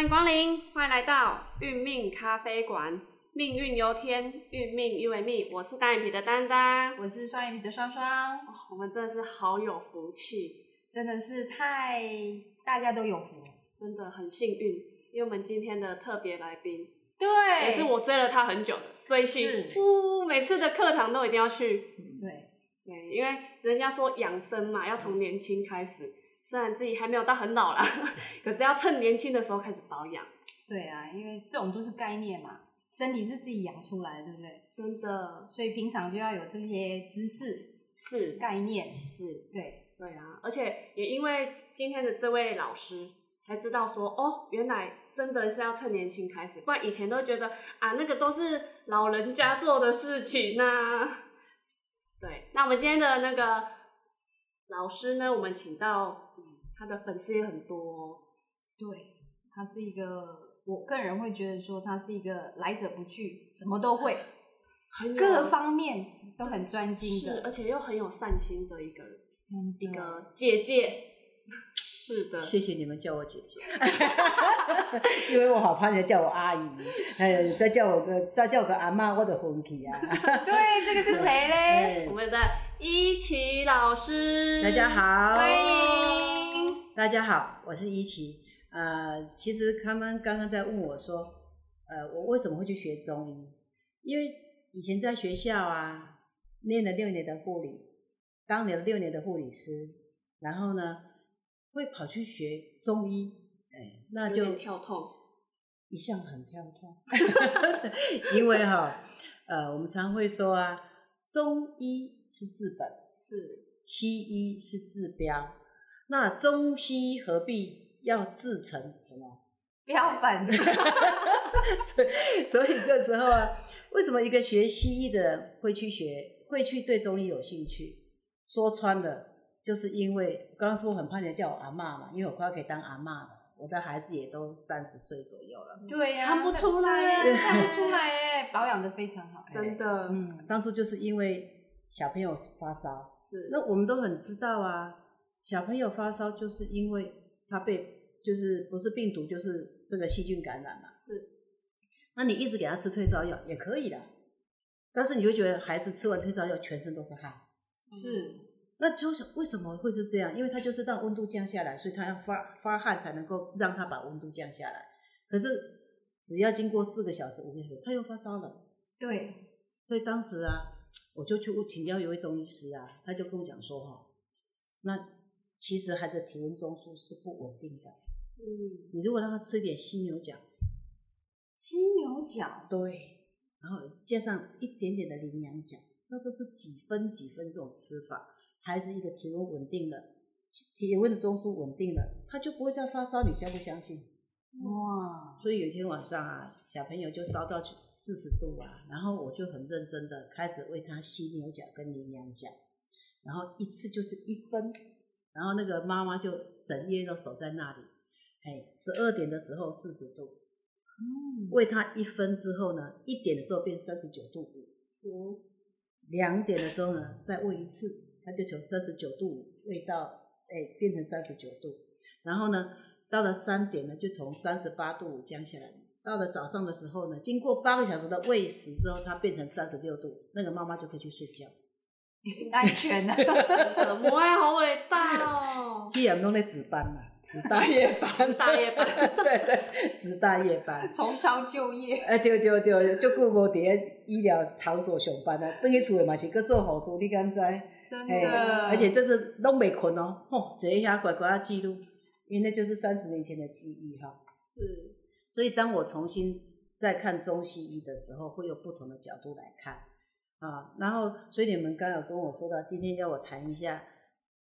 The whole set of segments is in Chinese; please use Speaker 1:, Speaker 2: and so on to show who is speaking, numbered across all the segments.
Speaker 1: 迎光临，欢迎来到运命咖啡馆，命运由天，运命由命。我是单眼皮的丹丹，
Speaker 2: 我是双眼皮的双双，
Speaker 1: 我们真的是好有福气，
Speaker 2: 真的是太大家都有福。
Speaker 1: 真的很幸运，因为我们今天的特别来宾
Speaker 2: 对，
Speaker 1: 也是我追了他很久的追星，
Speaker 2: 是
Speaker 1: 呜，每次的课堂都一定要去。
Speaker 2: 对，
Speaker 1: 对，因为人家说养生嘛，要从年轻开始，虽然自己还没有到很老啦， 可是要趁年轻的时候开始保养。
Speaker 2: 对啊，因为这种都是概念嘛，身体是自己养出来的，对不对？
Speaker 1: 真的
Speaker 2: 所以平常就要有这些知识
Speaker 1: 是
Speaker 2: 概念。
Speaker 1: 是，
Speaker 2: 对，
Speaker 1: 对啊，而且也因为今天的这位老师才知道说，哦，原来真的是要趁年轻开始，不然以前都觉得啊，那个都是老人家做的事情呐、对，那我们今天的那个老师呢，我们请到，嗯，他的粉丝也很多、哦，
Speaker 2: 对，他是一个，我个人会觉得说他是一个来者不拒，什么都会，
Speaker 1: 很有
Speaker 2: 各方面都很专精
Speaker 1: 嗯是，而
Speaker 2: 的，
Speaker 1: 且又很有善心的一个人
Speaker 2: 真
Speaker 1: 一
Speaker 2: 的。
Speaker 1: 个姐姐， 是的，
Speaker 3: 谢谢你们叫我姐姐， 因为我好怕人家叫我阿姨，哎，再叫我个再叫个阿妈，我都昏去啊！
Speaker 2: 对，这个是 谁嘞？
Speaker 3: 哎
Speaker 1: 我们的一奇老师，
Speaker 3: 大家，好，
Speaker 2: 欢
Speaker 1: 哦
Speaker 2: 迎。
Speaker 3: 大家好，我是依琪。呃，其实他们刚刚在问我说，呃，我为什么会去学中医？因为以前在学校啊，念了六年的护理，当了六年的护理师，然后呢，会跑去学中医，哎，那
Speaker 1: 有
Speaker 3: 就
Speaker 1: 点跳痛。
Speaker 3: 一向很跳脱， 因为哈、呃，我们常会说啊，中医是治本，
Speaker 1: 是
Speaker 3: 西医是治标，那中西何必要制成什么？
Speaker 2: 标本，
Speaker 3: 所以，所以这时候啊，为什么一个学西医的人会去学，会去对中医有兴趣？说穿了，就是因为我刚刚说我很怕人家叫我阿妈嘛，因为我快要可以当阿妈了，我的孩子也都三十岁左右了。
Speaker 2: 对呀、
Speaker 1: 看不出来耶
Speaker 2: 对看不出来耶，保养的非常好。
Speaker 1: 真
Speaker 2: 哎
Speaker 1: 的，
Speaker 3: 嗯，当初就是因为小朋友发烧，
Speaker 1: 是
Speaker 3: 那我们都很知道啊，小朋友发烧就是因为他被就是不是病毒就是这个细菌感染嘛。
Speaker 1: 是
Speaker 3: 那你一直给他吃退烧药也可以的，但是你就觉得孩子吃完退烧药全身都是汗，
Speaker 2: 是，
Speaker 3: 那就是为什么会是这样？因为他就是让温度降下来，所以他要发发汗才能够让他把温度降下来。可是只要经过四个小时、五个小时，他又发烧了。
Speaker 2: 对，
Speaker 3: 所以当时啊，我就去请教有一位中医师啊，他就跟我讲说哈、那其实孩子体温中枢是不稳定的，
Speaker 1: 嗯，
Speaker 3: 你如果让他吃一点犀牛角，
Speaker 2: 犀牛角，
Speaker 3: 对，然后加上一点点的羚羊角，那都是几分几分这种吃法，孩子一个体温稳定了，体温的中枢稳定了，他就不会再发烧，你相不相信？
Speaker 2: 哇，
Speaker 3: 所以有一天晚上啊，小朋友就烧到四十度啊，然后我就很认真的开始喂他犀牛角跟羚羊角，然后一次就是一分，然后那个妈妈就整夜都守在那里，哎，十二点的时候四十度，
Speaker 2: 嗯，
Speaker 3: 喂他一分之后呢，一点的时候变三十九度五，
Speaker 1: 我
Speaker 3: 两点的时候呢再喂一次，他就从三十九度五喂到哎变成三十九度，然后呢，到了三点呢，就从三十八度五降下来。到了早上的时候呢，经过八个小时的喂食之后，它变成三十六度，那个妈妈就可以去睡觉。，
Speaker 2: 安全的，啊
Speaker 1: 的母爱好伟大哦
Speaker 3: 既然弄在值班嘛，值大夜班，
Speaker 1: 大夜班
Speaker 3: 对对，值大夜班。
Speaker 2: 重操旧业，
Speaker 3: 哎，对对对，足久无伫咧医疗场所上班啊，等于厝诶嘛是搁做护士，你敢知？
Speaker 2: 真
Speaker 3: 嘿
Speaker 2: 的，
Speaker 3: 哎而且这是拢袂困哦，吼、坐一下乖乖啊记录，因为那就是三十年前的记忆哈、
Speaker 1: 是
Speaker 3: 所以当我重新再看中西医的时候，会有不同的角度来看啊。然后，所以你们刚有跟我说到，今天要我谈一下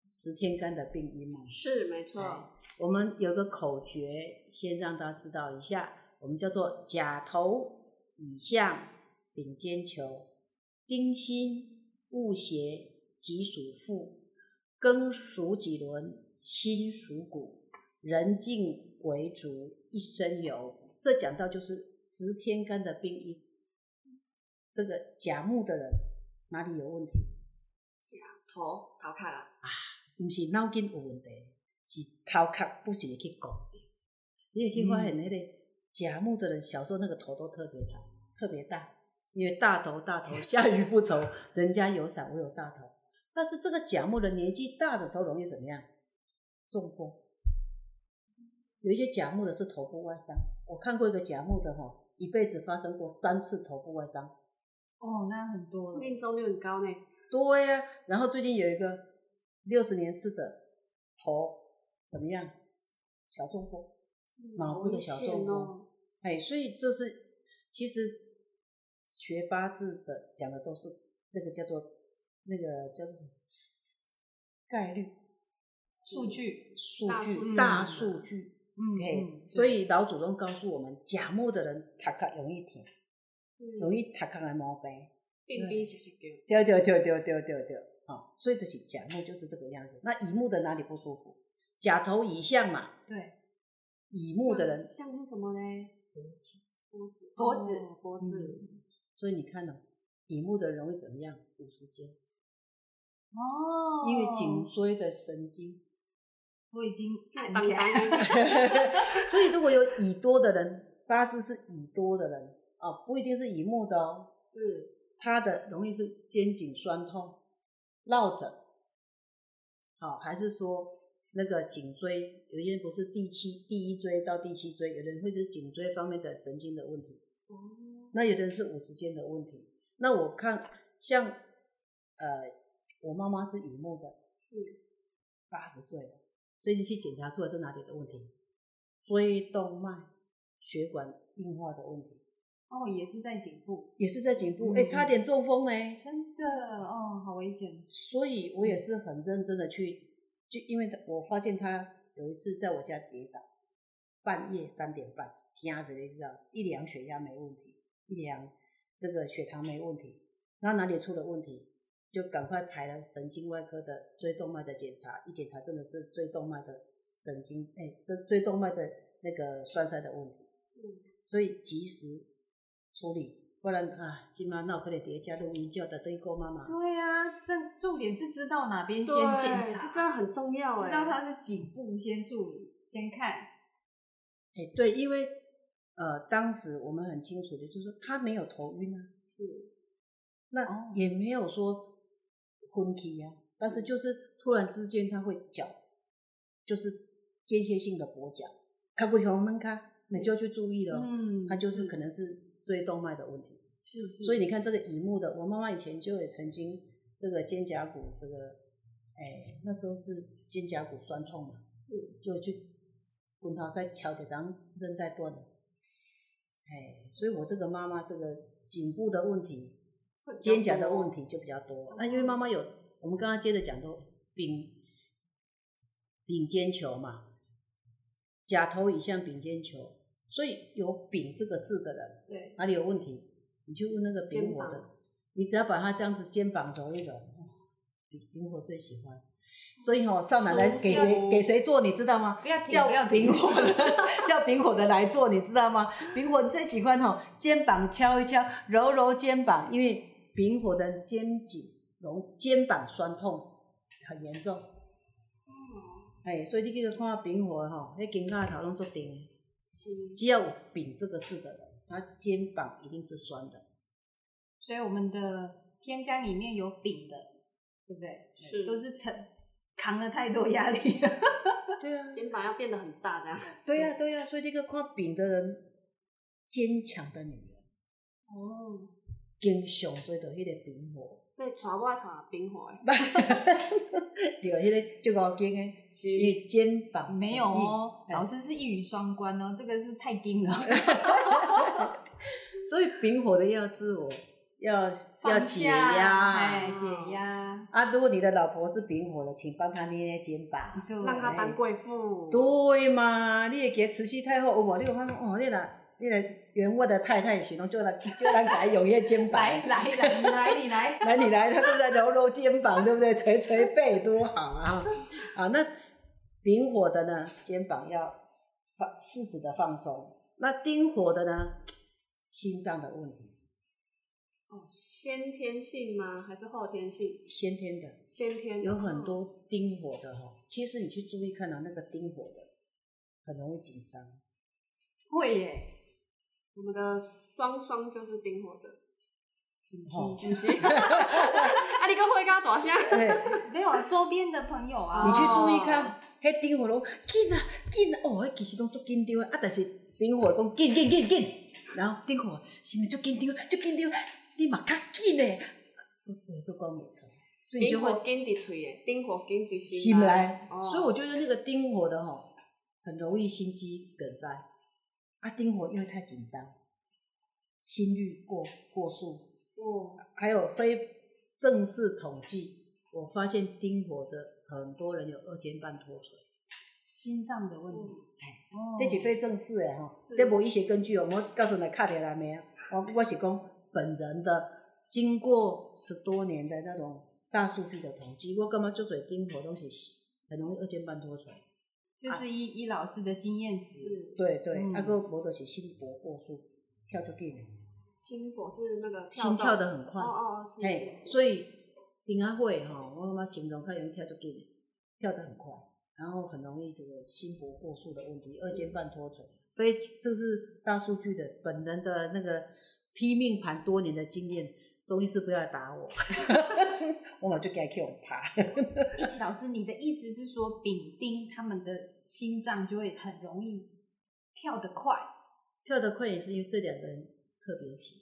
Speaker 3: 十天干的病因嘛，
Speaker 1: 是没错
Speaker 3: 哎，我们有个口诀，先让大家知道一下，我们叫做甲头、乙向、丙肩球、丁辛、戊邪、己属腹、庚属己轮、辛属骨、人尽为足，一身油。这讲到就是十天干的病因，这个甲木的人哪里有问题？
Speaker 1: 头逃开了，
Speaker 3: 毋是脑筋有问题，是头壳不是会去讲的。你也可以发现那个甲木的人小时候那个头都特别大，特别大，因为大头大头，下雨不愁，人家有伞我有大头。但是这个甲木的年纪大的时候容易怎么样？中风。有一些甲木的是头部外伤，我看过一个甲木的哈，一辈子发生过三次头部外伤。
Speaker 2: 哦，那很多了。
Speaker 1: 命中率很高呢。
Speaker 3: 对呀、然后最近有一个六十年次的头怎么样？小中风。脑部的小中风
Speaker 1: 哦，
Speaker 3: 哎，所以这是其实学八字的讲的都是那个叫做那个叫做什么概率、
Speaker 2: 数据，
Speaker 3: 数
Speaker 1: 大数
Speaker 3: 据、
Speaker 2: 据
Speaker 3: 大
Speaker 2: 嗯
Speaker 3: 数据。
Speaker 2: 嗯
Speaker 3: 哎，
Speaker 2: 嗯，
Speaker 3: 所以老祖宗告诉我们，甲木的人头壳容易疼，
Speaker 1: 嗯，
Speaker 3: 容易头壳来毛病。
Speaker 1: 病比小小给
Speaker 3: 对对对对对对对，哦，所以就是甲木就是这个样子。那乙木的哪里不舒服？甲头乙象嘛，
Speaker 2: 对，
Speaker 3: 乙木的人
Speaker 1: 像是什么嘞？脖子，
Speaker 2: 脖子
Speaker 1: 哦脖
Speaker 3: 嗯
Speaker 1: 子，
Speaker 3: 所以你看哦，乙木的人容易怎么样？五十肩，
Speaker 2: 哦，
Speaker 3: 因为颈椎的神经。
Speaker 2: 我已经嗯
Speaker 1: 那
Speaker 2: 看
Speaker 1: 当
Speaker 2: 起来
Speaker 1: 当，
Speaker 3: 所以如果有乙多的人，八字是乙多的人哦，不一定是乙木的哦，
Speaker 1: 是
Speaker 3: 他的容易是肩颈酸痛、落枕，好、还是说那个颈椎，有些人不是第七第一椎到第七椎，有的人会是颈椎方面的神经的问题。
Speaker 1: 哦
Speaker 3: 那有的人是五十肩的问题。那我看像呃，我妈妈是乙木的，
Speaker 1: 是
Speaker 3: 八十岁了，最近去检查出来是哪里的问题？椎动脉血管硬化的问题，
Speaker 2: 哦，也是在颈部，
Speaker 3: 也是在颈部，
Speaker 2: 嗯
Speaker 3: 哎、差点中风嘞。
Speaker 2: 真的哦，好危险。
Speaker 3: 所以我也是很认真的去，就因为我发现他有一次在我家跌倒，半夜三点半，压着你知道，一量血压没问题，一量这个血糖没问题，然后哪里出了问题，就赶快排了神经外科的椎动脉的检查，一检查真的是椎动脉的神经，哎、这椎动脉的那个栓塞的问题，
Speaker 1: 嗯
Speaker 3: 所以及时处理，不然啊，今晚闹可能叠加录音叫的对过妈妈。
Speaker 2: 对啊，这重点是知道哪边先
Speaker 1: 对
Speaker 2: 检
Speaker 1: 这
Speaker 2: 查，
Speaker 1: 真的很重要哎，
Speaker 2: 知道它是颈部先处理，先看。
Speaker 3: 哎、对，因为呃，当时我们很清楚的，就是说他没有头晕啊，
Speaker 1: 是
Speaker 3: 那
Speaker 2: 哦
Speaker 3: 也没有说昏迷啊，但是就是突然之间他会脚，就是间歇性的跛脚，看不条门看，你就要去注意了哦，
Speaker 2: 嗯
Speaker 3: 他就是可能是椎动脉的问题。
Speaker 2: 是是，
Speaker 3: 所以你看这个乙木的，我妈妈以前就也曾经这个肩胛骨这个，哎、那时候是肩胛骨酸痛嘛，
Speaker 1: 是，
Speaker 3: 就去滚头再敲一张韧带断了。哎，所以我这个妈妈这个颈部的问题、
Speaker 1: 会比较
Speaker 3: 肩胛的
Speaker 1: 多
Speaker 3: 问题就比较多。那因为妈妈有，我们刚刚接着讲都丙丙肩球嘛，甲头以向丙肩球，所以有丙这个字的人
Speaker 1: 对，
Speaker 3: 哪里有问题，你去问那个丙
Speaker 1: 肩
Speaker 3: 火
Speaker 1: 膀
Speaker 3: 的，你只要把他这样子肩膀揉一揉，哦丙丙火最喜欢。所以吼、少奶奶
Speaker 1: 舒服
Speaker 3: 给谁给谁做，你知道吗？
Speaker 2: 不要停，
Speaker 3: 叫
Speaker 2: 不要停
Speaker 3: 丙，火 的，叫丙火的来做，你知道吗？丙火你最喜欢吼，肩膀敲一敲，揉揉肩膀，因为丙火的肩颈、容肩膀酸痛很严重。哦哎，所以你去看到丙火吼，那肩胛头拢做顶的。
Speaker 1: 是
Speaker 3: 只要有丙这个字的人，他肩膀一定是酸的。
Speaker 2: 所以我们的天干里面有丙的，对不对？
Speaker 1: 是
Speaker 2: 都是承扛了太多压力了。
Speaker 3: 对啊，
Speaker 1: 肩膀要变得很大这样，
Speaker 3: 对呀、啊，对呀、所以你去看丙的人，坚强的女人，
Speaker 1: 哦，
Speaker 3: 经常做到迄个丙火。
Speaker 1: 所以娶外娶冰火哎，
Speaker 3: 对，迄、个足够紧的，
Speaker 1: 是
Speaker 3: 因为肩膀很硬
Speaker 2: 没有哦，
Speaker 3: 哎
Speaker 2: 老师是一语双关哦，这个是太硬了。
Speaker 3: 所以丙火的要自我，要 要
Speaker 2: 放
Speaker 3: 解
Speaker 2: 下
Speaker 3: 压
Speaker 2: 哎，。解压，
Speaker 3: 啊，如果你的老婆是丙火的，请帮她捏捏肩膀。
Speaker 2: 对，
Speaker 1: 让她当贵妇，
Speaker 3: 对嘛，你会记得慈禧太后有无？你有看到哦，你若你若原我的太太是拢做人做人家用迄 肩膀。
Speaker 2: 来来来，你来你 来，
Speaker 3: 来你来，他都在揉揉肩膀，对不对？捶捶背多好啊！啊，那丙火的呢，肩膀要放适时的放松。那丁火的呢，心脏的问题，
Speaker 1: 哦，先天性吗？还是后天性？
Speaker 3: 先天的
Speaker 1: 先天
Speaker 3: 有很，啊多丁火的哈、哦。其实你去注意看到、那个丁火的，很容易紧张，
Speaker 2: 会耶，
Speaker 1: 我们的双双就是丁火的，
Speaker 2: 品
Speaker 3: 哦
Speaker 2: 析
Speaker 1: 不是？啊，你跟慧刚大声，
Speaker 3: 嘿
Speaker 2: 没有啊周边的朋友啊，
Speaker 3: 你去注意
Speaker 1: 哦
Speaker 3: 看，迄冰火龙紧啊紧啊，哦，迄其实拢足紧张的，啊，但是冰火讲紧紧紧紧，然后冰火是毋是足紧张足紧张，你嘛较紧嘞，我都讲不出来，所以你就
Speaker 1: 丁
Speaker 3: 会
Speaker 1: 火紧伫嘴诶，丁火紧伫心
Speaker 3: 心
Speaker 1: 内。
Speaker 3: 来，
Speaker 1: 哦
Speaker 3: 所以我觉得那个丁火的吼，很容易心肌梗塞，啊，丁火因为太紧张，心率过过速，
Speaker 1: 哦，
Speaker 3: 还有非正式统计，我发现丁火的很多人有二尖瓣脱垂。
Speaker 2: 心脏的问题，哦
Speaker 3: 嗯这是非正式的吼
Speaker 1: 是，
Speaker 3: 这无医学根据哦。我告诉你，卡掉来没啊？我我是讲本人的，经过十多年的那种大数据的统计，我感觉做水丁火东西很容易二尖瓣脱垂。
Speaker 2: 这是一一老师的经验值，
Speaker 1: 是
Speaker 3: 对对，
Speaker 2: 嗯
Speaker 3: 啊个无就是心搏过速，跳出紧的，
Speaker 1: 心火是那个
Speaker 3: 心
Speaker 1: 动
Speaker 3: 跳得很快
Speaker 1: 哦。哦，是
Speaker 3: 嘿
Speaker 1: 是，是。
Speaker 3: 所以平安会吼，我感觉形容较容易跳出紧的，跳得很快，然后很容易这个心搏过速的问题，二尖瓣脱垂，非这是大数据的本人的那个批命盘多年的经验，中医师不要来打我，我马就该去我爬，
Speaker 2: 一起老师，你的意思是说，丙丁他们的心脏就会很容易跳得快，
Speaker 3: 跳得快也是因为这两个人特别齐，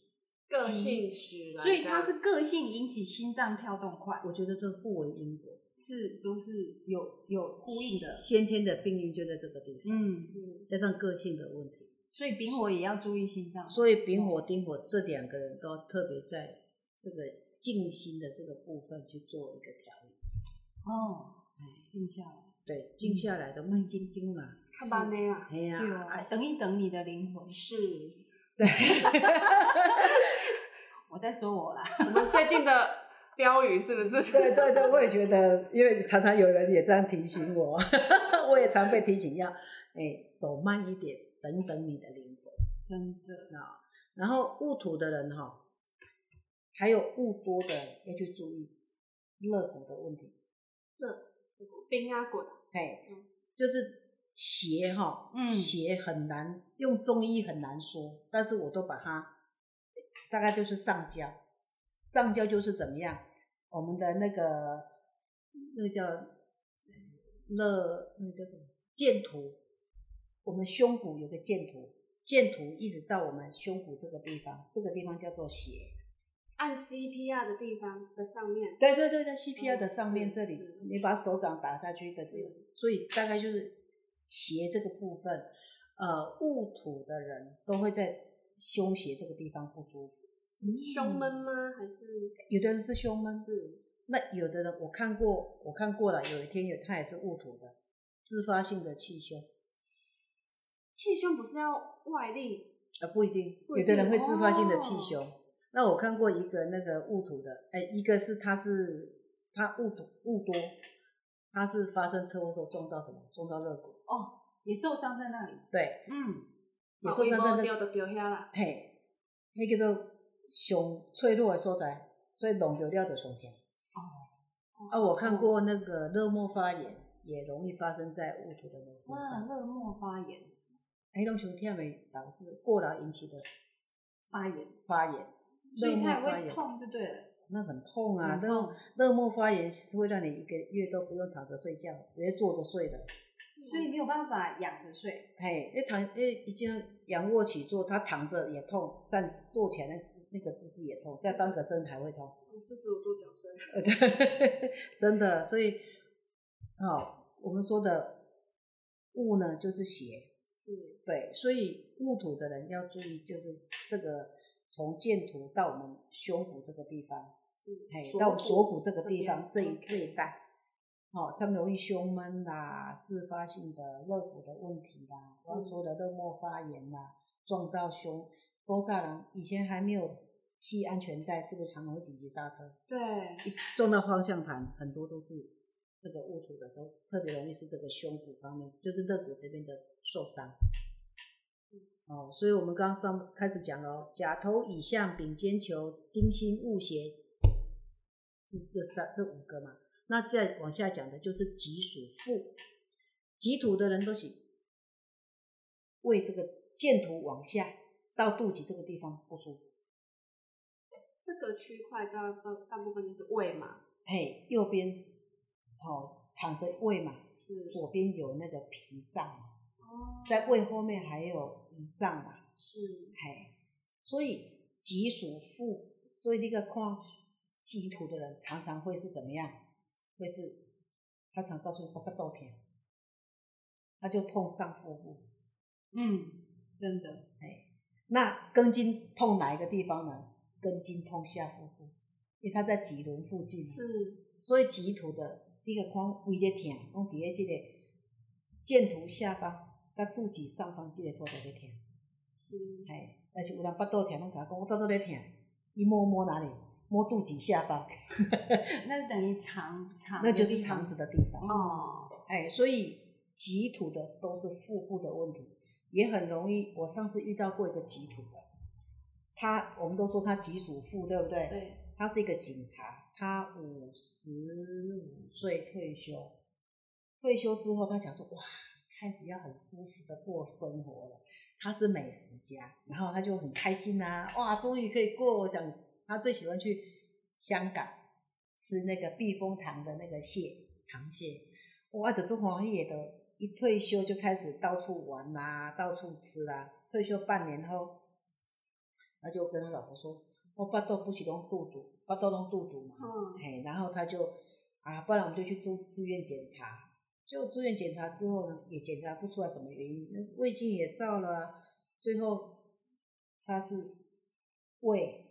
Speaker 1: 个性使然，
Speaker 2: 所以它是个性引起心脏跳动快，
Speaker 3: 我觉得这互为因果，
Speaker 2: 是都是有有呼应的，
Speaker 3: 先天的病因就在这个地方，
Speaker 2: 嗯，
Speaker 1: 是
Speaker 3: 加上个性的问题。
Speaker 2: 所以丙火也要注意心脏，
Speaker 3: 所以丙火、丁火这两个人都特别在这个静心的这个部分去做一个调理。
Speaker 2: 哦，
Speaker 1: 哎
Speaker 2: 静下来，
Speaker 3: 对，静下来的慢丁丁嘛，
Speaker 1: 看班内啦，
Speaker 3: 哎
Speaker 2: 嗯
Speaker 3: 呀、
Speaker 2: 对哦，
Speaker 3: 哎
Speaker 2: 等一等你的灵魂，
Speaker 1: 是
Speaker 3: 对，
Speaker 2: 我在说我啦，
Speaker 1: 我们最近的标语是不是？
Speaker 3: 对对对，我也觉得，因为常常有人也这样提醒我， 我也常被提醒要，哎，走慢一点，等等你的灵魂。啊
Speaker 2: 真的，
Speaker 3: 然后戊土的人哈、还有戊多的人要去注意肋骨的问题。
Speaker 1: 冰啊滚，
Speaker 3: 嘿
Speaker 1: 嗯，
Speaker 3: 就是邪哈，
Speaker 2: 嗯
Speaker 3: 邪很难用中医很难说，但是我都把它大概就是上焦，上焦就是怎么样，我们的那个那个叫乐那个叫什么剑图，我们胸骨有个剑图，剑图一直到我们胸骨这个地方，这个地方叫做邪。
Speaker 1: 按 CPR 的地方的上面，
Speaker 3: 对对对对，CPR
Speaker 1: 嗯
Speaker 3: 的上面
Speaker 1: 是
Speaker 3: 这里
Speaker 1: 是，
Speaker 3: 你把手掌打下去的这个
Speaker 1: 是，
Speaker 3: 所以大概就是斜这个部分，呃，戊土的人都会在胸胁这个地方不舒服，
Speaker 1: 胸闷吗？还是
Speaker 3: 有的人是胸闷，
Speaker 1: 是
Speaker 3: 那有的人我看过，我看过了，有一天有他也是戊土的，自发性的气胸，
Speaker 1: 气胸不是要外力？
Speaker 3: 呃，不一定，
Speaker 1: 不一
Speaker 3: 有的人
Speaker 1: 定
Speaker 3: 会自发性的
Speaker 1: 哦
Speaker 3: 气胸。那我看过一个那个戊土的，哎、一个是他是他戊土戊多，他是发生车祸时候撞到什么？撞到肋骨，
Speaker 2: 哦，也受伤在那里，
Speaker 3: 对，
Speaker 2: 嗯，
Speaker 3: 有受伤在
Speaker 1: 丢
Speaker 3: 那，
Speaker 1: 的丢下啦，
Speaker 3: 嘿，迄叫做上脆弱的所在，所以弄掉了就上天。
Speaker 2: 哦
Speaker 3: 啊，我看过那个热膜发炎也容易发生在戊土的人身
Speaker 2: 那
Speaker 3: 上，
Speaker 2: 热漠发炎，
Speaker 3: 哎、种上天的导致过劳引起的
Speaker 2: 发炎，
Speaker 3: 发炎，
Speaker 2: 所以
Speaker 3: 热
Speaker 2: 它
Speaker 3: 膜
Speaker 2: 也
Speaker 3: 发
Speaker 2: 会
Speaker 3: 炎。
Speaker 2: 痛，就对了。
Speaker 3: 那很痛啊，
Speaker 2: 很
Speaker 3: 热
Speaker 2: 痛
Speaker 3: 热漠发炎是会让你一个月都不用躺着睡觉，直接坐着睡的。
Speaker 1: 嗯
Speaker 2: 所以没有办法仰着睡，
Speaker 3: 嘿，那躺诶，已经仰卧起坐，他躺着也痛，站坐起来那姿那个姿势也痛，再翻个身还会痛。
Speaker 1: 四十五度角摔，
Speaker 3: 呃对，真的，所以，好、我们说的戊呢就是邪，
Speaker 1: 是
Speaker 3: 对，所以戊土的人要注意，就是这个从剑土到我们胸骨这个地方，
Speaker 1: 是
Speaker 3: 嘿，到锁骨这个地
Speaker 1: 边
Speaker 3: 方这一这
Speaker 1: OK
Speaker 3: 一带，哦，他们容易胸闷啦、自发性的肋骨的问题啦、我刚
Speaker 1: 是
Speaker 3: 说的热膜发炎啦、撞到胸，高栅栏以前还没有系安全带，是不是常常会紧急刹车？
Speaker 1: 对，
Speaker 3: 一撞到方向盘，很多都是那个戊土的，都特别容易是这个胸骨方面，就是肋骨这边的受伤。哦，所以我们刚上开始讲了哦，甲头乙向丙肩球丁心戊胁，这这三这五个嘛。那再往下讲的就是己属父，己土的人都是为这个剑突往下到肚脐这个地方不舒服，
Speaker 1: 这个区块大大大部分就是胃嘛，
Speaker 3: 嘿，右边哦躺着胃嘛，
Speaker 1: 是
Speaker 3: 左边有那个脾脏嘛，
Speaker 1: 哦，
Speaker 3: 在胃后面还有胰脏嘛，
Speaker 1: 是
Speaker 3: 嘿，所以己属父，所以那个看基督徒的人常常会是怎么样？会是他常告诉你我不豆甜，他就痛上腹部。
Speaker 2: 嗯，真的，
Speaker 3: 那根筋痛哪一个地方呢？根筋痛下腹部，因为它在脊轮附近嘛。
Speaker 1: 是
Speaker 3: 所以脊土的你个看胃咧疼，拢伫咧即个剑突下方甲肚脐上方即个所在咧疼。
Speaker 1: 是
Speaker 3: 哎，但是有人腹肚疼，拢甲我讲我腹肚咧疼，伊摸摸哪里？摸肚脐下方，
Speaker 2: 那等于肠肠，
Speaker 3: 那就是肠子。的地方。
Speaker 1: 哦，
Speaker 3: 哎，所以极土的都是腹部的问题，也很容易。我上次遇到过一个极土的，他我们都说他极属腹，对不对？。
Speaker 1: 对，
Speaker 3: 他是一个警察，他五十五岁退休，退休之后他想说，哇，开始要很舒服的过生活了。他是美食家，然后他就很开心呐、哇，终于可以过我想他最喜欢去香港吃那个避风塘的那个蟹，螃蟹，哇，的中华也的，一退休就开始到处玩啦、到处吃啦、退休半年后，他就跟他老婆说：“我巴豆不许弄肚肚，巴豆弄肚肚嘛。
Speaker 1: 嗯，
Speaker 3: 嘿，然后他就啊，不然我们就去住住院检查。就住院检查之后呢，也检查不出来什么原因，那胃镜也照了啊、最后他是胃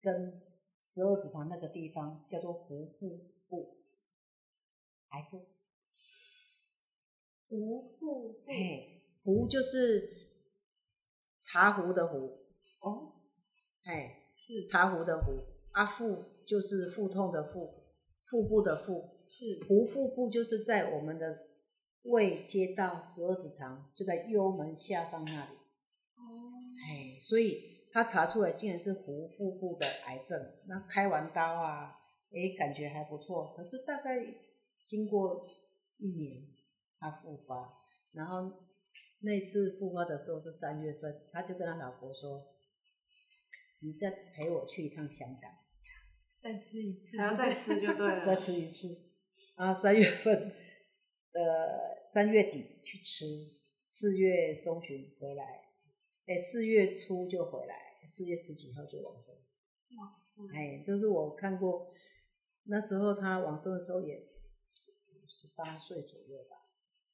Speaker 3: 跟十二指肠那个地方叫做壶腹部癌症。
Speaker 1: 无腹部
Speaker 3: 嘿，壶就是茶壶的壶，
Speaker 2: 哦，
Speaker 3: 哎，
Speaker 2: 是
Speaker 3: 茶壶的壶，啊腹就是腹痛的腹，腹部的腹，
Speaker 2: 是
Speaker 3: 壶腹部就是在我们的胃接到十二指肠，就在幽门下方那里，
Speaker 1: 哦，
Speaker 3: 哎，所以他查出来竟然是壶腹部的癌症，那开完刀啊，哎，感觉还不错，可是大概经过一年，他复发，然后那次复发的时候是三月份，他就跟他老婆说：“你再陪我去一趟香港，
Speaker 2: 再吃一次，
Speaker 1: 还要再吃就对了，
Speaker 3: 再吃一次。”啊，三月份，呃，三月底去吃，四月中旬回来，哎，四月初就回来，四月十几号就往生。
Speaker 1: 哇塞，
Speaker 3: 哎，这是我看过，那时候他往生的时候也十八岁左右吧。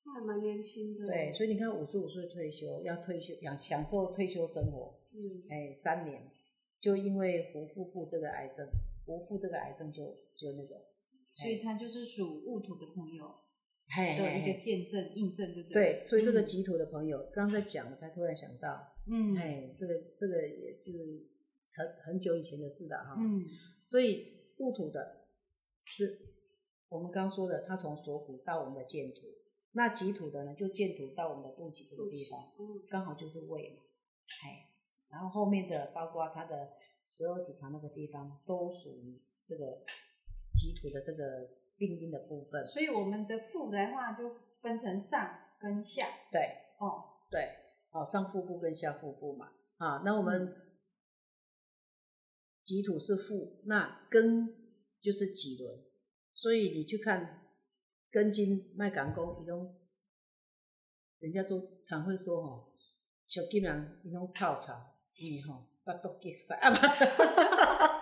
Speaker 1: 那 还蛮年轻的，
Speaker 3: 对，，所以你看，五十五岁退休，要退休享享受退休生活，
Speaker 1: 是
Speaker 3: 哎，三年，就因为胡腹部这个癌症，胡腹这个癌症就就那个，
Speaker 2: 所以它就是属戊土的朋友
Speaker 3: 嘿
Speaker 2: 的一
Speaker 3: 嘿
Speaker 2: 个
Speaker 3: 嘿
Speaker 2: 见证印证，对不对？
Speaker 3: 哎对，所以这个
Speaker 2: 嗯
Speaker 3: 集图的朋友，刚才讲，我才突然想到，
Speaker 2: 嗯
Speaker 3: 哎，这个这个也是很很久以前的事了哈。
Speaker 2: 嗯
Speaker 3: 所以戊土的是我们刚说的，它从锁骨到我们的剑土，那己土的呢，就剑土到我们的肚脐这个地方，
Speaker 1: 嗯，
Speaker 3: 刚好就是胃嘛，哎，然后后面的包括它的十二指肠那个地方，都属于这个己土的这个病因的部分。
Speaker 2: 所以我们的腹的话就分成上跟下
Speaker 3: 对
Speaker 2: 哦，
Speaker 3: 对，哦，上腹部跟下腹部嘛，啊，那我们己土是腹，那根就是脊轮，所以你去看根筋脉感功，伊拢人家都常会说吼，小金人伊拢臭臭，因为吼巴肚结塞啊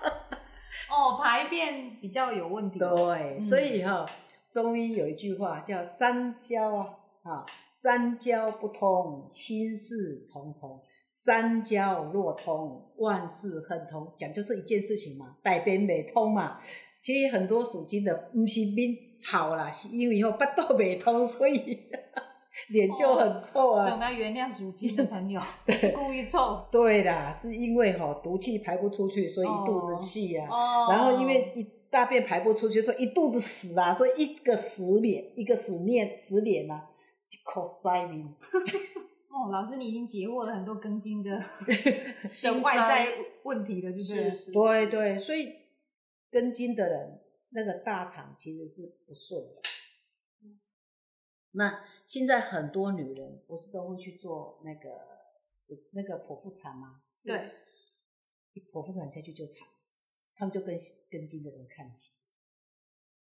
Speaker 2: 哦，排便比较有问题，
Speaker 3: 对，所以哈、中医有一句话叫“三焦”啊，啊，三焦不通，心事重重；三焦若通，万事亨通。讲就是一件事情嘛，大便未通嘛。其实很多属金的，不是面吵啦，是因为吼八道未通，所以 脸就很臭
Speaker 2: 所以
Speaker 3: 啊。
Speaker 2: 我们要原谅属鸡 的朋友，不是故意臭
Speaker 3: 对啦，是因为吼、毒气排不出去，所以一肚子气啊呀、
Speaker 2: 哦。
Speaker 3: 然后因为一大便排不出去，说一肚子屎啊，所以一个屎脸，一个屎念屎脸啊，一口塞面。
Speaker 2: 哦，老师你已经解惑了很多根茎的
Speaker 1: 心
Speaker 2: 的外在问题了，对不对？
Speaker 1: 是，
Speaker 3: 对对，所以根筋的人那个大肠其实是不顺的。嗯那现在很多女人不是都会去做那个子那个剖腹产吗？
Speaker 2: 对，
Speaker 3: 一剖腹产下去就惨，他们就跟跟进的人看齐，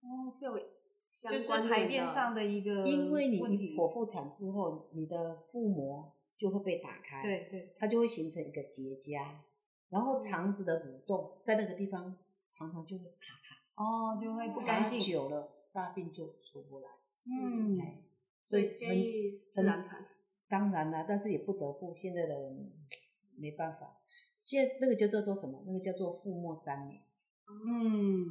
Speaker 1: 哦，是有相
Speaker 2: 就是
Speaker 1: 关
Speaker 2: 排
Speaker 1: 联
Speaker 2: 便
Speaker 1: 的
Speaker 2: 上的一个
Speaker 3: 因为你
Speaker 2: 问题
Speaker 3: 一剖腹产之后，你的腹膜就会被打开，，
Speaker 2: 对嗯对
Speaker 3: 它就会形成一个结痂，然后肠子的蠕动在那个地方常常就会卡卡，
Speaker 2: 哦，就会不
Speaker 1: 哦
Speaker 2: 干
Speaker 3: 卡
Speaker 2: 净，
Speaker 3: 久了大便就出不来，
Speaker 2: 嗯，
Speaker 3: 哎
Speaker 1: 所
Speaker 3: 所
Speaker 1: 以
Speaker 3: 以
Speaker 1: 建议自
Speaker 3: 很
Speaker 1: 然产。
Speaker 3: 当然啦，但是也不得不现在的人没办法，现在那个叫做做什么？那个叫做腹膜粘连。
Speaker 2: 嗯，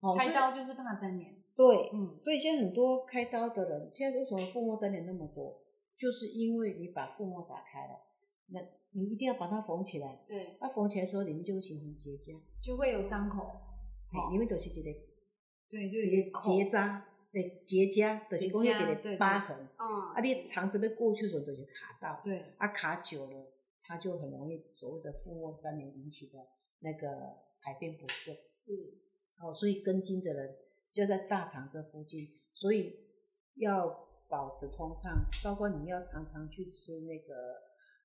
Speaker 3: 哦，所
Speaker 2: 开
Speaker 3: 以
Speaker 2: 刀就是怕粘连，
Speaker 3: 对，
Speaker 2: 嗯
Speaker 3: 所以现在很多开刀的人，现在为什么腹膜粘连那么多？就是因为你把腹膜打开了，那你一定要把它缝起来。
Speaker 1: 对，
Speaker 3: 那缝起来的时候，里面就会形成结痂，
Speaker 2: 就会有伤口，
Speaker 3: 哎，里面都是一个
Speaker 2: 哦对，就有
Speaker 3: 一
Speaker 2: 一
Speaker 3: 个
Speaker 2: 个结
Speaker 3: 结痂，对，结痂，就是讲
Speaker 2: 结痂
Speaker 3: 那
Speaker 2: 对
Speaker 3: 一个
Speaker 2: 对
Speaker 3: 疤痕。
Speaker 1: 嗯，
Speaker 3: 啊，你肠子被过去的时候，就是卡到，
Speaker 2: 对，
Speaker 3: 啊，卡久了，它就很容易所谓的腹膜粘连引起的那个排便不顺。
Speaker 1: 是
Speaker 3: 哦，所以根茎的人就在大肠这附近，所以要保持通畅，包括你要常常去吃那个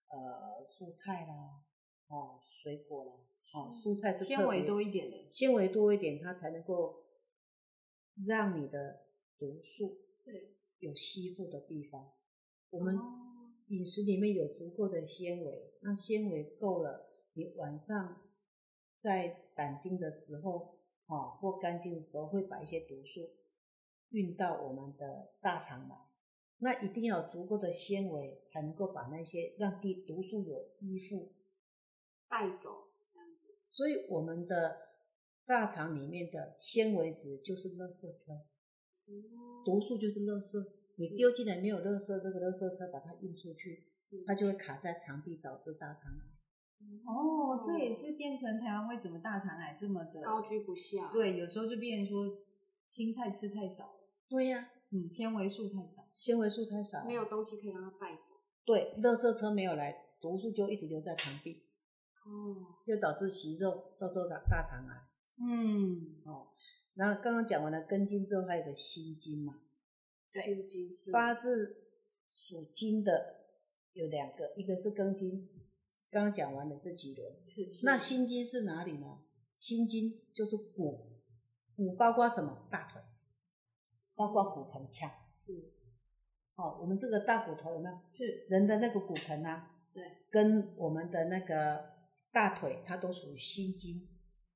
Speaker 3: 呃蔬菜啦，哦水果啦，哦蔬菜是
Speaker 2: 纤
Speaker 3: 特
Speaker 2: 维
Speaker 3: 别
Speaker 2: 多一点的，
Speaker 3: 纤维多一点，它才能够让你的毒素
Speaker 1: 对，
Speaker 3: 有吸附的地方。我们饮食里面有足够的纤维，那纤维够了，你晚上在胆经的时候啊，或肝经的时候，会把一些毒素运到我们的大肠来。那一定要有足够的纤维，才能够把那些让地毒素有依附。
Speaker 1: 带走这样子。
Speaker 3: 所以我们的大肠里面的纤维质就是垃圾车。
Speaker 1: 嗯
Speaker 3: 毒素就是垃圾，你丢进来没有垃圾，这个垃圾车把它运出去，
Speaker 1: 是
Speaker 3: 它就会卡在肠壁，导致大肠癌。
Speaker 2: 哦，这也是变成台湾为什么大肠癌这么的
Speaker 1: 高居不下。，
Speaker 2: 对，有时候就变成说青菜吃太少了，
Speaker 3: 对呀、
Speaker 2: 嗯，纤维素太少，
Speaker 3: 纤维素太少，
Speaker 1: 没有东西可以让它带走。
Speaker 3: 对，垃圾车没有来，毒素就一直留在肠壁，
Speaker 1: 哦，
Speaker 3: 就导致息肉，到最后大大肠癌。
Speaker 2: 嗯，
Speaker 3: 哦，然后刚刚讲完了根茎之后，还有个心经嘛，
Speaker 2: 对
Speaker 1: 心经是
Speaker 3: 八字属金的有两个，一个是根茎，刚刚讲完的是几轮，
Speaker 1: 是
Speaker 3: 那心经是哪里呢？心经就是骨，骨包括什么？大腿，包括骨盆腔。
Speaker 1: 是
Speaker 3: 哦，我们这个大骨头有没有？
Speaker 1: 是
Speaker 3: 人的那个骨盆啊，
Speaker 1: 对
Speaker 3: 跟我们的那个大腿，它都属于心经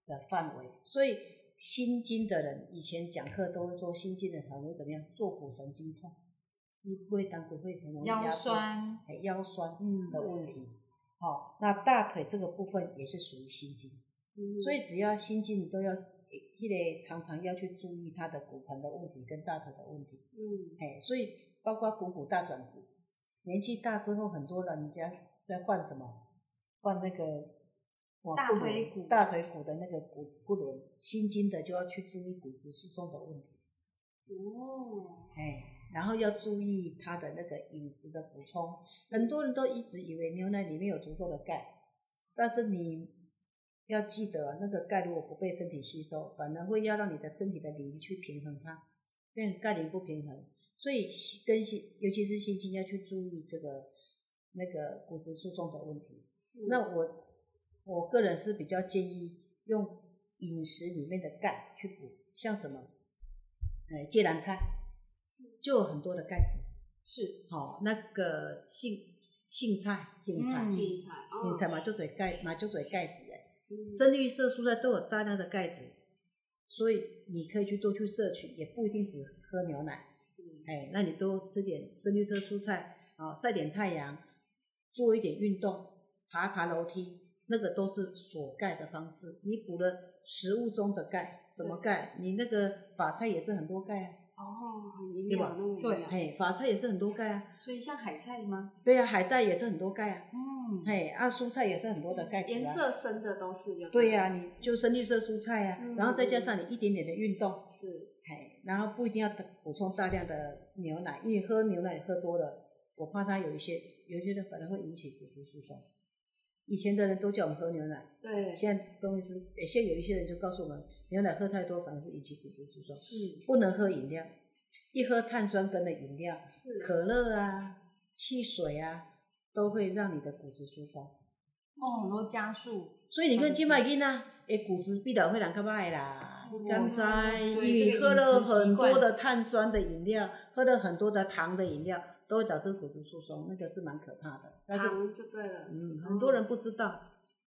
Speaker 3: 的范围。所以心经的人，以前讲课都会说，心经的人很容易怎么样？坐骨神经痛，你不会当骨会很容易压
Speaker 2: 腰
Speaker 3: 迫
Speaker 2: 酸，
Speaker 3: 哎腰酸
Speaker 2: 嗯
Speaker 3: 的问题。好、那大腿这个部分也是属于心经。
Speaker 1: 嗯
Speaker 3: 所以只要心经你都要，一类常常要去注意他的骨盆的问题跟大腿的问题，
Speaker 1: 嗯
Speaker 3: 哎，所以包括股骨大转子，年纪大之后，很多人家在换什么，换那个哇
Speaker 2: 大腿骨
Speaker 3: 轮大腿骨的那个骨骨轮，心经的就要去注意骨质疏松的问题，
Speaker 1: 哦
Speaker 3: 哎，然后要注意他的那个饮食的补充，很多人都一直以为牛奶里面有足够的钙，但是你要记得，那个钙如果不被身体吸收，反而会要让你的身体的磷去平衡它，那个钙磷不平衡，所以心跟心，尤其是心经要去注意这个那个骨质疏松的问题。
Speaker 1: 是
Speaker 3: 那我我个人是比较建议用饮食里面的钙去补，像什么，呃，芥蓝菜
Speaker 1: 是
Speaker 3: 就有很多的钙质。
Speaker 2: 是
Speaker 3: 好、那个杏杏菜、苋菜、
Speaker 2: 嗯
Speaker 1: 病菜，
Speaker 3: 苋
Speaker 1: 嗯
Speaker 3: 菜嘛，就嘴钙嘛，就嘴钙质哎，
Speaker 1: 嗯
Speaker 3: 深绿色蔬菜都有大量的钙质，所以你可以去多去摄取，也不一定只喝牛奶，
Speaker 1: 是
Speaker 3: 哎，那你多吃点深绿色蔬菜啊、晒点太阳，做一点运动，爬爬楼梯，那个都是锁钙的方式。你补了食物中的钙，什么钙？你那个法菜也是很多钙啊，
Speaker 1: 哦，很营
Speaker 3: 对吧
Speaker 1: 养那种
Speaker 2: 对
Speaker 1: 营养
Speaker 3: 哎，法菜也是很多钙啊，
Speaker 2: 所以像海菜吗？
Speaker 3: 对呀、海带也是很多钙啊。
Speaker 2: 嗯，
Speaker 3: 嘿，啊，蔬菜也是很多的钙质
Speaker 1: 颜
Speaker 3: 啊。
Speaker 1: 色深的都是有
Speaker 3: 对呀、你就深绿色蔬菜呀、
Speaker 1: 嗯
Speaker 3: 然后再加上你一点点的运动，
Speaker 1: 是
Speaker 3: 嘿，然后不一定要补充大量的牛奶，因为喝牛奶喝多了，我怕它有一些，有一些人反而会引起骨质疏松。以前的人都叫我们喝牛奶，
Speaker 1: 对
Speaker 3: 现在中医师，诶哎现在有一些人就告诉我们，牛奶喝太多反而是引起骨质疏松，
Speaker 2: 是，
Speaker 3: 不能喝饮料，一喝碳酸根的饮料，
Speaker 1: 是
Speaker 3: 可乐啊、汽水啊，都会让你的骨质疏松。
Speaker 2: 哦，很多加速，
Speaker 3: 所以你看，今摆囡仔诶骨质必然会人较歹啦，
Speaker 2: 我
Speaker 3: 甘知？因
Speaker 2: 哦对
Speaker 3: 为
Speaker 2: 这个
Speaker 3: 喝
Speaker 2: 饮
Speaker 3: 了
Speaker 2: 食习
Speaker 3: 很多
Speaker 2: 惯
Speaker 3: 的碳酸的饮料，喝了很多的糖的饮料，都会导致骨质疏松，那个是蛮可怕的。但是，
Speaker 1: 糖就对了。
Speaker 3: 嗯，很多人不知道，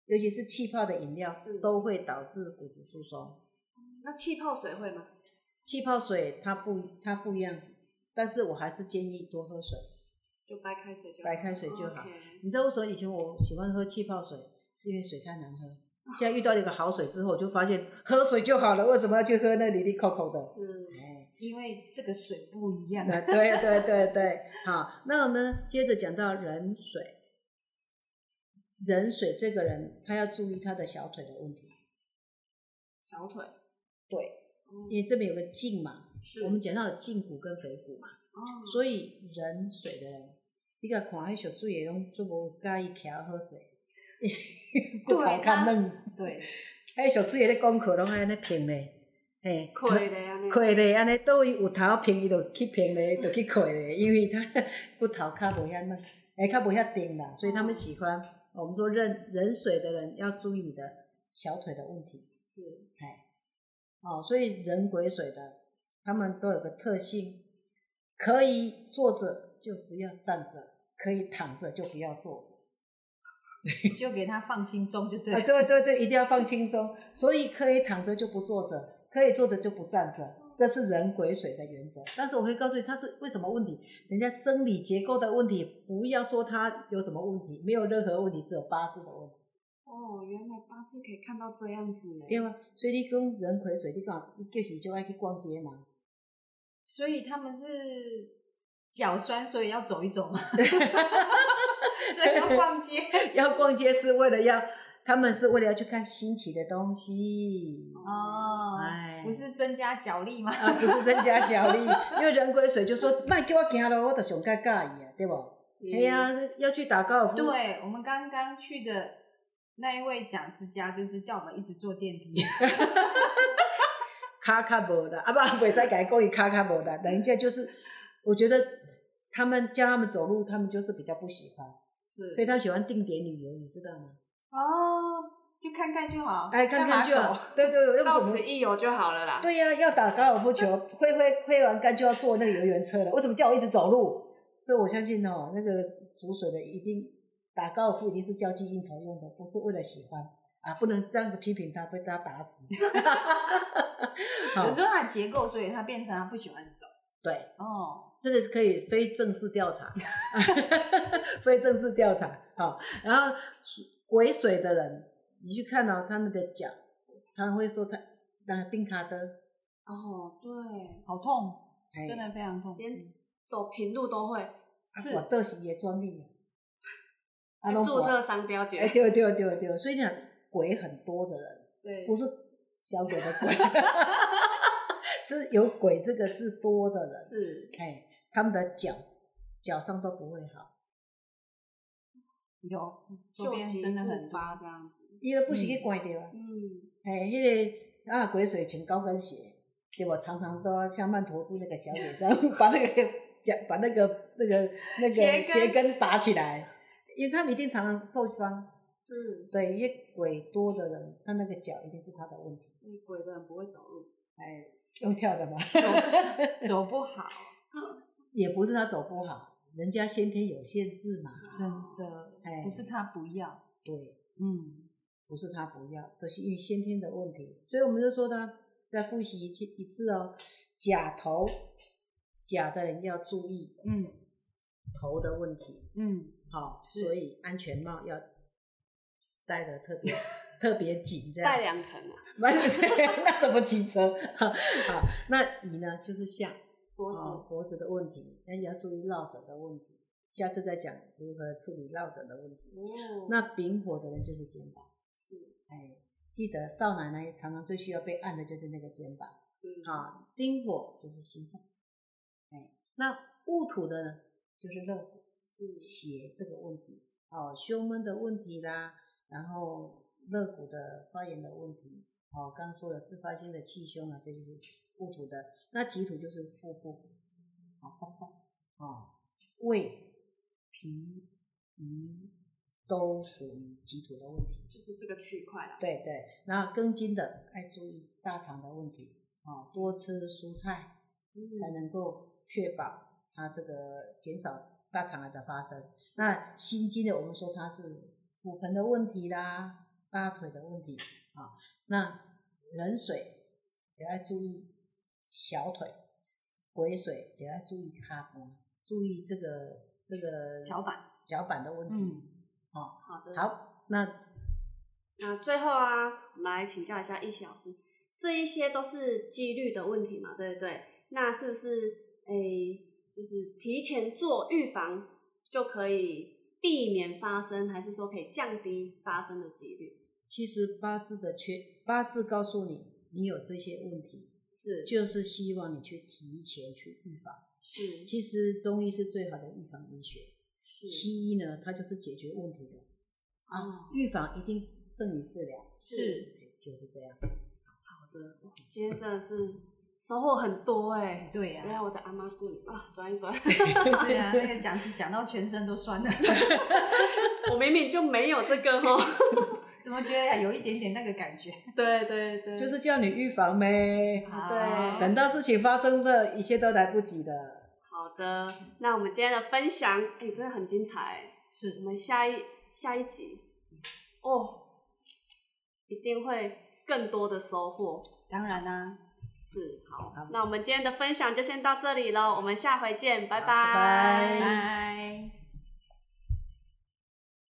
Speaker 3: 尤其是气泡的饮料
Speaker 1: 是
Speaker 3: 都会导致骨质疏松。
Speaker 1: 那气泡水会吗？
Speaker 3: 气泡水它不它不一样，但是我还是建议多喝水。
Speaker 1: 就白开水就好
Speaker 3: 白开水就好
Speaker 1: 哦 OK
Speaker 3: 你知道为什么以前我喜欢喝气泡水，是因为水太难喝。现在遇到了一个好水之后，我就发现喝水就好了，为什么要去喝那里里扣扣的？
Speaker 1: 是
Speaker 3: 哎，
Speaker 2: 因为这个水不一样。
Speaker 3: 那对对对对，好，那我们接着讲到人水。人水这个人，他要注意他的小腿的问题，
Speaker 1: 小腿。
Speaker 3: 对，
Speaker 1: 嗯
Speaker 3: 因为这边有个胫嘛，
Speaker 1: 是
Speaker 3: 我们讲到有胫骨跟腓骨嘛，
Speaker 1: 哦，
Speaker 3: 所以人水的人，你甲看迄小水的拢做无介意徛好水， 骨头较软。
Speaker 2: 对，
Speaker 3: 迄哎小水的咧功课拢爱安尼平咧，嘿，
Speaker 1: 溃嘞安尼。
Speaker 3: 开咧安尼，倒位有头平伊就去平咧，就去开咧， 因为他骨头较无遐软，哎，较无遐硬啦，所以他们喜欢。我们说认人水的人要注意你的小腿的问题，
Speaker 1: 是
Speaker 3: 哎，哦，所以人癸水的，他们都有个特性，可以坐着就不要站着，可以躺着就不要坐着。
Speaker 2: 就给他放轻松就对
Speaker 3: 啊，
Speaker 2: 了。
Speaker 3: 对对对，一定要放轻松，所以可以躺着就不坐着，可以坐着就不站着，这是人癸水的原则。但是我可以告诉你，它是为什么问题？人家生理结构的问题，不要说它有什么问题，没有任何问题，只有八字的问题，
Speaker 1: 哦，原来八字可以看到这样子
Speaker 3: 对
Speaker 1: 诶。
Speaker 3: 吗？所以你讲人癸水，你讲你就是就爱去逛街嘛，
Speaker 2: 所以他们是脚酸， 所以要走一走嘛，所以要逛 街。
Speaker 3: 要逛街是为了要，他们是为了要去看新奇的东西，
Speaker 2: 哦，
Speaker 3: 哎，
Speaker 2: 不。是增加脚力吗？
Speaker 3: 啊，不是增加脚力，因为人癸水就说，卖叫我行咯，我就上介介意啊，对不？哎呀、
Speaker 1: 是，
Speaker 3: 要去打高尔夫，
Speaker 2: 对，我们刚刚去的那一位讲师家，就是叫我们一直坐电梯。
Speaker 3: 卡卡无啦，啊不， 袂使改讲伊卡卡无啦，人家就是，我觉得他们教他们走路，他们就是比较不喜欢，
Speaker 1: 是，
Speaker 3: 所以他们喜欢定点旅游，你知道吗？
Speaker 2: 哦，就看看就好，
Speaker 3: 哎，看
Speaker 2: 哦干嘛
Speaker 3: 看就
Speaker 2: 走。
Speaker 3: 好，对对对，又
Speaker 1: 到
Speaker 3: 不怎么
Speaker 1: 此。一游就好了啦。
Speaker 3: 对呀、要打高尔夫球，挥挥挥完杆就要坐那个游园车了。为什么叫我一直走路？所以我相信哦，那个属水的一定打高尔夫一定是交际应酬用的，不是为了喜欢啊！不能这样子批评他，被他打死。好
Speaker 2: 有时候它的结构，所以它变成它不喜欢走。
Speaker 3: 对，
Speaker 2: 哦，
Speaker 3: 这个是可以非正式调查， 非正式调查啊、好然后癸水的人，你去看哦到、他们的脚，常常会说他那病卡的，
Speaker 1: 哦，对，
Speaker 2: 好痛，
Speaker 3: 哎啊
Speaker 2: 真的非常痛。嗯
Speaker 1: 连走平路都会，
Speaker 2: 是哎
Speaker 3: 我倒是也专利，啊
Speaker 1: 注册
Speaker 3: 博，
Speaker 1: 商标
Speaker 3: 哎，
Speaker 1: 姐。
Speaker 3: 对对对对，所以讲鬼很多的人，
Speaker 1: 对
Speaker 3: 不，是小鬼的鬼， 是有“鬼”这个字多的人，
Speaker 1: 是
Speaker 3: 哎，他们的脚脚上都不会好。
Speaker 2: 有，左
Speaker 1: 旧
Speaker 2: 边
Speaker 1: 疾
Speaker 2: 真的
Speaker 1: 复
Speaker 2: 很
Speaker 1: 发这样子。
Speaker 3: 伊都不是去关掉啊，
Speaker 1: 嗯，
Speaker 3: 嘿，迄、个啊，鬼水穿高跟鞋，对吧？常常都要像曼陀珠那个小姐这样 把那个脚把那个那个那个
Speaker 2: 鞋跟
Speaker 3: 鞋跟拔起来，因为他们一定常常受伤。
Speaker 1: 是，
Speaker 3: 对，因为鬼多的人，他那个脚一定是他的问题。
Speaker 1: 所以鬼的人不会走路。
Speaker 3: 哎，用跳的嘛，
Speaker 2: 走走不好，
Speaker 3: 也不是他走不好，人家先天有限制嘛。
Speaker 2: 真的
Speaker 3: 哎，
Speaker 2: 不是他不要，
Speaker 3: 对，
Speaker 2: 嗯，
Speaker 3: 不是他不要，都是因为先天的问题。所以我们就说呢，再复习一次一次哦，假头，假的人要注意
Speaker 2: 嗯
Speaker 3: 头的问题。
Speaker 2: 嗯，
Speaker 3: 好，
Speaker 2: 是
Speaker 3: 所以安全帽要戴的特 别特别紧，这样
Speaker 1: 戴。两层啊，
Speaker 3: 不是 那怎么骑车？ 好，那乙呢，就是像
Speaker 1: 脖
Speaker 3: 哦
Speaker 1: 子
Speaker 3: 脖子的问题，那也要注意落枕的问题。下次再讲如何处理落枕的问题。
Speaker 1: 哦，
Speaker 3: 那丙火的人就是肩膀，
Speaker 1: 是
Speaker 3: 哎，记得少奶奶常常最需要被按的就是那个肩膀。
Speaker 1: 是
Speaker 3: 啊，丁火就是心脏，哎，那戊土的呢，就是肋骨。
Speaker 1: 是
Speaker 3: 血这个问题，哦，胸闷的问题啦，然后肋骨的发炎的问题，哦，刚说了自发性的气胸啊，这就是戊土的。那己土就是哦腹部，啊，包包，哦，胃、脾、宜都属于己土的问题。
Speaker 1: 就是这个区块啦。
Speaker 3: 对对，然后根茎的爱注意大肠的问题啊、多吃蔬菜
Speaker 1: 嗯
Speaker 3: 才能够确保它这个减少大肠癌的发生。那心经的，我们说它是骨盆的问题啦，大腿的问题啊。那冷水也要注意小腿，癸水也要注意卡脖，注意这个这个
Speaker 2: 小板
Speaker 3: 脚板的问题。
Speaker 2: 嗯
Speaker 1: 好的，
Speaker 3: 好，那
Speaker 1: 那最后啊，我们来请教一下一奇老师，这一些都是几率的问题嘛，对不对？那是不是诶、就是提前做预防就可以避免发生，还是说可以降低发生的几率？
Speaker 3: 其实八字的缺，八字告诉你你有这些问题，
Speaker 1: 是
Speaker 3: 就是希望你去提前去预防。
Speaker 1: 是
Speaker 3: 其实中医是最好的预防医学，
Speaker 1: 是
Speaker 3: 西医呢，它就是解决问题的啊
Speaker 1: 哦，
Speaker 3: 预防一定胜于治疗，
Speaker 2: 是
Speaker 3: 就是这样。
Speaker 1: 好的，哇今天真的是收获很多哎、欸。
Speaker 2: 对呀、
Speaker 1: 然后我的阿妈棍啊，转一转，
Speaker 2: 对呀、那个讲是讲到全身都酸了，
Speaker 1: 我明明就没有这个哦。
Speaker 2: 怎么觉得有一点点那个感觉？
Speaker 1: 对对对，
Speaker 3: 就是叫你预防呗，
Speaker 1: 对
Speaker 3: 等到事情发生的一切都来不及的。
Speaker 1: 好的。那我们今天的分享，哎、真的很精彩欸、我
Speaker 2: 是
Speaker 1: 们下一下一集哦，一定会更多的收获。
Speaker 2: 当然啦、
Speaker 1: 是好
Speaker 3: 好，
Speaker 1: 那我们今天的分享就先到这里喽，我们下回见，拜
Speaker 3: 拜
Speaker 2: 拜。